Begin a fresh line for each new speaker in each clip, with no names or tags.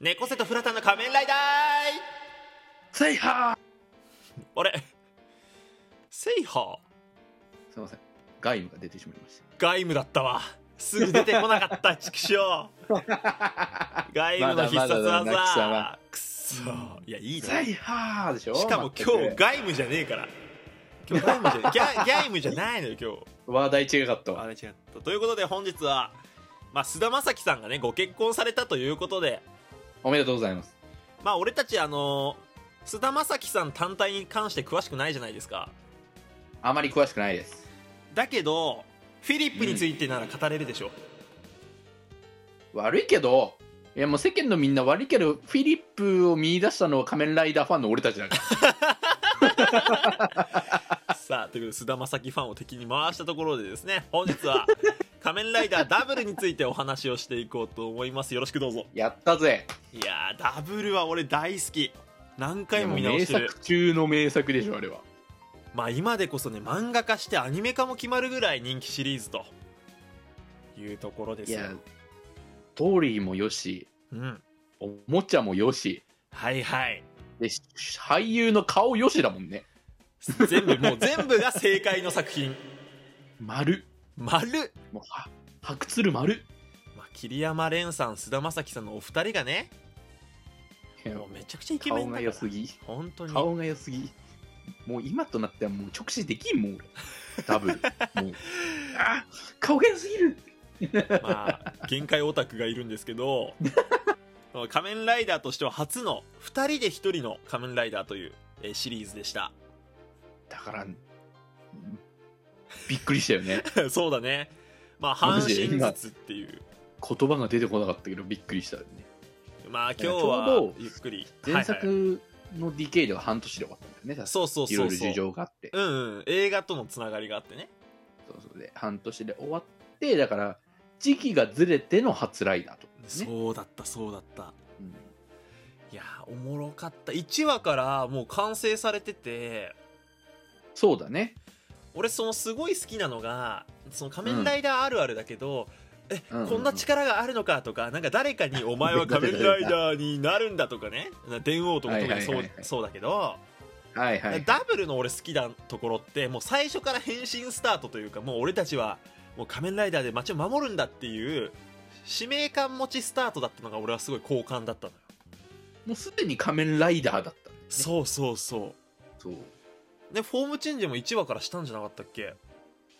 猫背とフラタンの仮面ライダー
セイハ
あれセイハー
ーすいません外務が出てしまいまし
外務だったわすぐ出てこなかった畜生
た
外務の必殺技、
まだまだだな
くっそいやいい
セ
ね
イハーでしょ
しかも
全く
今日外務じゃねえから今日外務じゃギャギャイムじゃないのよ今日
話題違かった
あ
わ
れ違ったということで本日はまあ菅田将暉さんがねご結婚されたということで
おめでとうございます
まあ俺たちあの菅田将暉さん単体に関して詳しくないじゃないですか
あまり詳しくないです
だけどフィリップについてなら語れるでしょ、
悪いけどいやもう世間のみんな悪いけどフィリップを見出したのは仮面ライダーファンの俺たちだ から
さあということで菅田将暉ファンを敵に回したところでですね本日 は仮面ライダーダブルについてお話をしていこうと思いますよろしくどうぞ
やったぜ
いやーダブルは俺大好き何回も見直して
いやもう
る
名作中の名作でしょあれは
まあ今でこそね漫画化してアニメ化も決まるぐらい人気シリーズというところで
い
すよ
やストーリーもよし
うん
おもちゃもよし
はいはい
でし俳優の顔よしだもんね
全部もう全部が正解の作品
丸
丸
もうは白鶴丸
まあ、桐山蓮さん菅田将暉さんのお二人がね
いや
もうめちゃくちゃイケメ
顔
ンだか
が良
ら
すぎ
本当に
顔が良すぎもう今となってはもう直視できんもん俺ダ ブルもうあ顔が良すぎる
まあ限界オタクがいるんですけ ど仮面ライダーとしては初の二人で一人の仮面ライダーというえーシリーズでした
だからびっくりしたよね
そうだねまあ
マ
半
ジで
身ずつっていう
言葉が出てこなかったけどびっくりしたよね
まあ今日
ちょ
は
うど
ゆっくり
前
はいはい
作の DK では半年で終わったんだよね、確か
そうそう
い
そ
ろいうろ
そう
事情があって
うんうん映画とのつながりがあってね
そうそうで半年で終わってだから時期がずれての初ライダーとね
そうだったそうだった
うん
いやーおもろかった1話からもう完成されてて
そうだね
俺そのすごい好きなのがその仮面ライダーあるあるだけど、え、
うんうん
こんな力があるのかとかなんか誰かに「お前は仮面ライダーになるんだ」とかねな電王とか特にそう,、
はいはいはいはい
そうだけど、
はいはい
ダブルの俺好きなところってもう最初から変身スタートというかもう俺たちはもう仮面ライダーで街を守るんだっていう使命感持ちスタートだったのが俺はすごい好感だったのよ、
もうすでに仮面ライダーだったんですね
そうそうそ
そう
うねフォームチェンジも1話からしたんじゃなかったっけ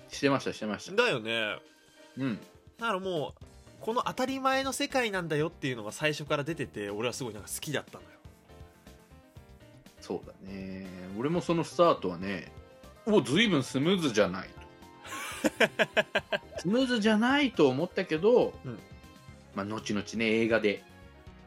してましたしてました
だよね
うん
だからもうこの当たり前の世界なんだよっていうのが最初から出てて俺はすごいなんか好きだったのよ
そうだね俺もそのスタートはねおずいぶんスムーズじゃ ないとスムーズじゃないと思ったけど、
うん
まあ、後々ね映画で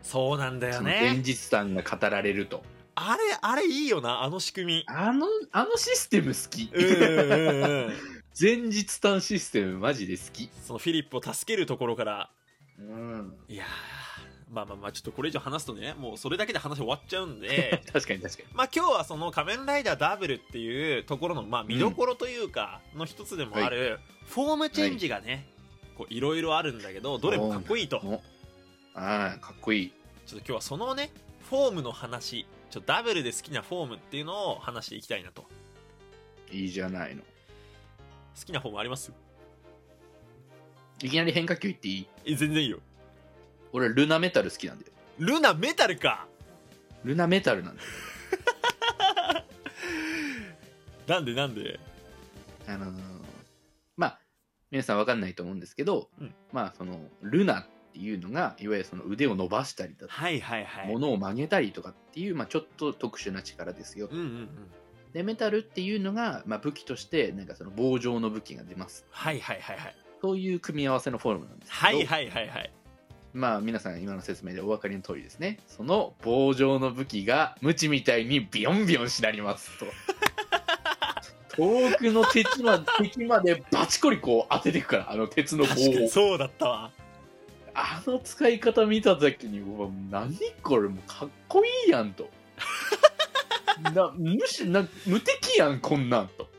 そうなんだよ
その前
ね
日さんが語られると、
あれあれいいよなあの仕 組み
あのあのシステム好き
うんうんうんうん
前日単システムマジで好き
そのフィリップを助けるところから
うん
いやーまあまあまあちょっとこれ以上話すとねもうそれだけで話終わっちゃうんで
確かに確かに
まあ今日はその「仮面ライダーダブル」っていうところのまあ見どころというかの一つでもある、フォームチェンジがね、こういろいろあるんだけどどれもかっこいいと
おああかっこいい
ちょっと今日はそのね、フォームの話、ちょっとダブルで好きなフォームっていうのを話していきたいなと。好
いいじゃないの
きなフォームあります
いきなり変化球いっていい
え全然いいよ。
俺ルナメタル好きなんだよ
ルナメタルか
ルナメタルなんだよ
なんでなんで
あのーまあ皆さんわかんないと思うんですけど、
うん
まあそのルナっていうのがいわゆるその腕を伸ばしたりだとか、
はいはいはい。
物を曲げたりとかっていう、まあ、ちょっと特殊な力ですよ
うんうんうん。
でメタルっていうのが、まあ、武器としてなんかその棒状の武器が出ます
はいはいはいはい。
そういう組み合わせのフォルムなんですけど、
はいはいはいはい。
まあ皆さん今の説明でお分かりの通りですねその棒状の武器が無知みたいにビヨンビヨンしなります と遠くの鉄ま敵までバチコリこう当てていくからあの鉄の棒
確か
を
にそうだったわ。
あの使い方見た時にうわ何これもうかっこいいや んとなむしな無敵やんこんなんと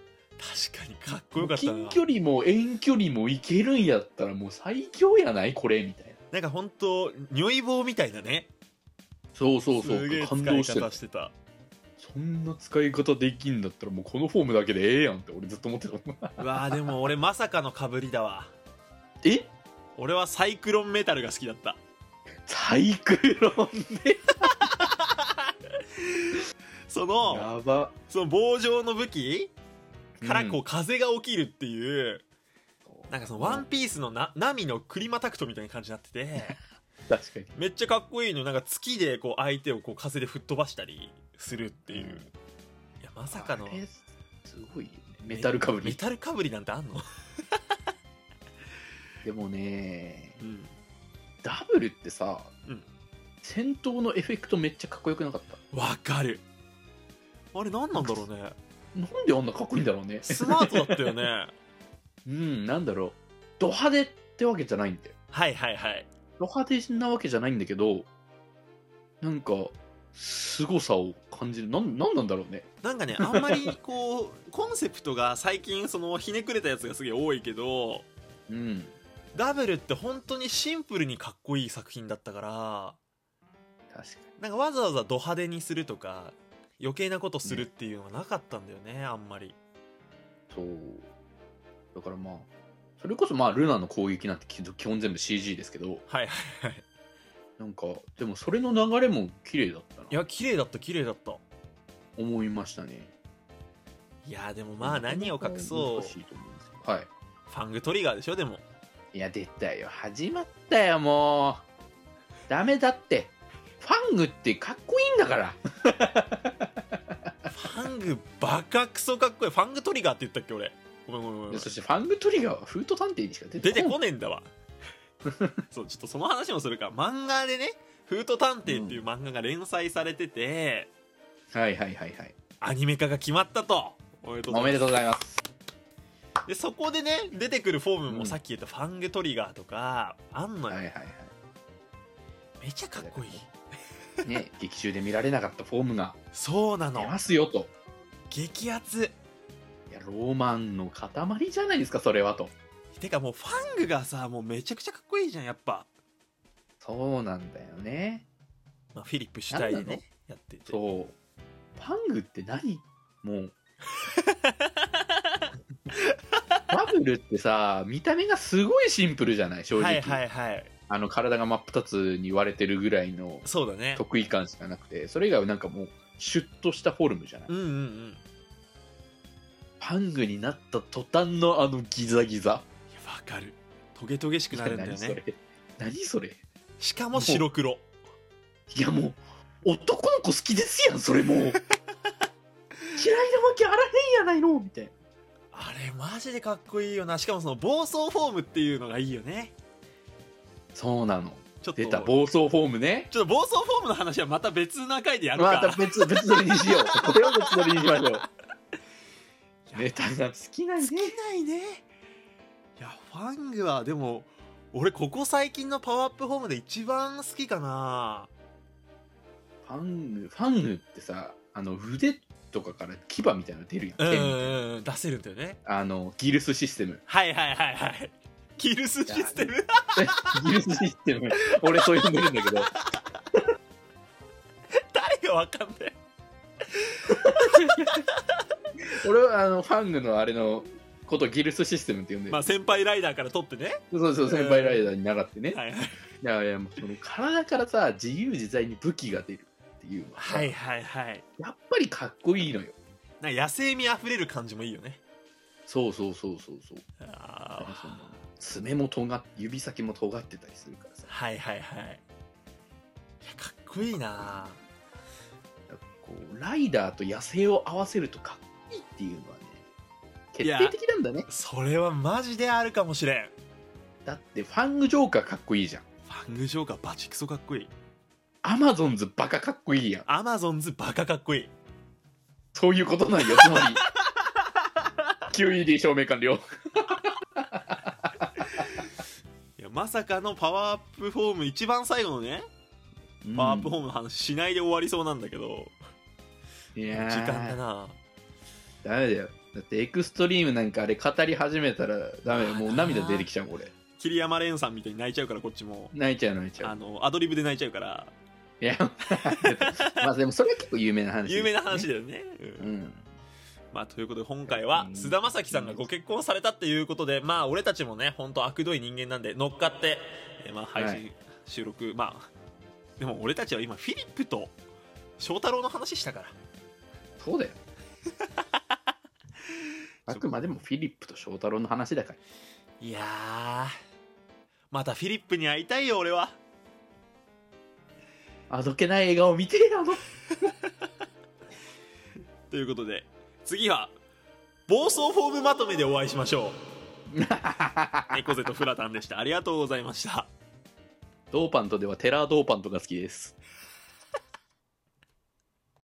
確かにかっこよかった
近
な。
距離も遠距離もいけるんやったらもう最強やないこれみたいな
なんか本当如意棒みたいなね。
そうそうそ
すげえ
う
使
感
い
動してる
方してた
そんな使い方できんだったらもうこのフォームだけでええやんって俺ずっと思ってたもん
うわーでも俺まさかのかぶりだわ
え
俺はサイクロンメタルが好きだった
サイクロンで
その
やば
その棒状の武器からこう風が起きるっていう、なんかそのワンピースのなナミのクリマタクトみたいな感じになってて
確かに
めっちゃかっこいいのなんか月でこう相手をこう風で吹っ飛ばしたりするっていう、
うん
いやまさかの
あれすごいよねメタルかぶ
メ
り
タルかぶりなんてあんの、
でもね
うん、
ダブルってさ、
うん
戦闘のエフェクトめっちゃかっこよくなかった
わかるあれ何なんだろう ね
なんであんなかっこいいんだろうね
スマートだったよね
うんなんだろうド派手ってわけじゃないんだよ
はいはいはい
ド派手なわけじゃないんだけどなんか凄さを感じるなんなんなんだろうね
なんかねあんまりこうコンセプトが最近そのひねくれたやつがすげえ多いけど
うん
ダブルって本当にシンプルにかっこいい作品だったから
確か
なんかわざわざド派手にするとか余計なことするっていうのがなかったんだよねあんまり
にそうだからまあそれこそまあルナの攻撃なんて基基本全部 CG ですけど
はいはいはい
なんかでもそれの流れも綺麗だったない
や綺麗だった綺麗だった
思いましたね
いやでもまあ何を隠そう
難しいと思うんですけどはい
ファングトリガーでしょでも
いや、出たよ。始まったよ、もう。ダメだって。ファングってかっこいいんだから。
ファングバカクソかっこいいファングトリガーって言ったっけ俺ごめんごめんごめん
そして、ファングトリガーはフート探偵にしか出
出て
てこない。
こねえんだわそうちょっとその話もするか漫画でね「フート探偵」っていう漫画が連載されてて、
はいはいはいはい。
アニメ化が決まったとおめでとうご
お
ざ
め
い
で
ま
とうございます。
すでそこでね出てくるフォーム
う
も
ん
さっき言った「ファングトリガー」とかあんの
はい
よ、
はいは
めちゃかっこいい
い。ね、 劇中で見られなかったフォームが
そうな
出
の
ますよと。
激アツ
いや、ローマンの塊じゃないですか、それはと。
てかもうファングがさもうめちゃくちゃかっこいいじゃんやっぱ、
そうなんだよね。
まあ、フィリップ主体でねやってて
そう。ファングって何もう。 バブルってさ、見た目がすごいシンプルじゃない、正直。
はいはいはい
あの体が真っ二つに割れてるぐらいの
そうだね
得意感しかなくて、それ以外はなんかもう、シュッとしたフォルムじゃない。
うんうんうん
パングになった途端のあのギザギザ。
いやわかるトゲトゲしくなるんだよ
何そ
ね
れ何それ
しかも白黒
いやもう、男の子好きですやん、それも う。嫌いなわけあらへんやないのみたいな。
あれマジでかっこいいよなしかもその暴走フォームっていうのがいいよね
そうなの。
ちょっと
出た、暴走フォームね。
ちょっと暴走フォームの話はまた別な回でやるか
また別、別撮りにしよ う。これを別撮りにしましょう。ネタが好きなん
尽
ね。
きないねいやファングはでも俺ここ最近のパワーアップフォームで一番好きかな
ファンヌ、ファンヌってさ、あの腕とかから牙みたいなの出るやん。
うんう
剣みたいなん
うん出せるんだよね。
あの、ギルスシステム
はいはいはいはいキルスシステム
ギルスシステム。俺そう呼んでるんだけど。
誰がわかんない
俺はあの、ファンヌのあれのことをギルスシステムって呼んでる。
まあ先輩ライダーから取ってね
そうそう、先輩ライダーに習ってね。
はいはい
いやいや、もうその体からさ、自由自在に武器が出るっていうのがさ
はいはいはい
やっぱりかっこいいのよ。
なんか野生味あふれる感じもいいよね
そうそうそうそうそう。
あ
なんかその
あ
爪も尖っ指先も尖ってたりするからさ。
はいはいはいいやかっこいいな
こうライダーと野生を合わせるとかっこいいっていうのはね決定的なんだね
それはマジであるかもしれんフ
だってファングジョーカーかっこいいじゃん
ァングジョーカーバチクソかっこいい
アマゾンズバカかっこいいやん
アマゾンズバカかっこいい
そういうことなんよ つまり QED 証明完了
いやまさかのパワーアップフォーム一番最後のねパワーアップフォームの話しないで終わりそうなんだけど、
い
時
やー
間だな
ダメだよだってエクストリームなんかあれ語り始めたらダメよもう涙出てきちゃう俺
桐山蓮さんみたいに泣いちゃうからこっちも
泣いちゃう泣いちゃ
あ
う
のアドリブで泣いちゃうから
いや、 まあでもそれは結構有名な話、
有名な話だよね、うん
うん。
まあということで今回は
うん
菅田将暉さんがご結婚されたっていうことでまあ俺たちもね本当悪どい人間なんで乗っかって、えーまあ配信、
はい
収録まあでも俺たちは今フィリップと翔太郎の話したから
そうだよ。あくまでもフィリップと翔太郎の話だから。
いやーまたフィリップに会いたいよ俺は
あどけない笑顔見てえなの。
ということで次は暴走フォームまとめでお会いしましょ う猫背とフラタンでしたありがとうございました
ドーパントではテラードーパントが好きです。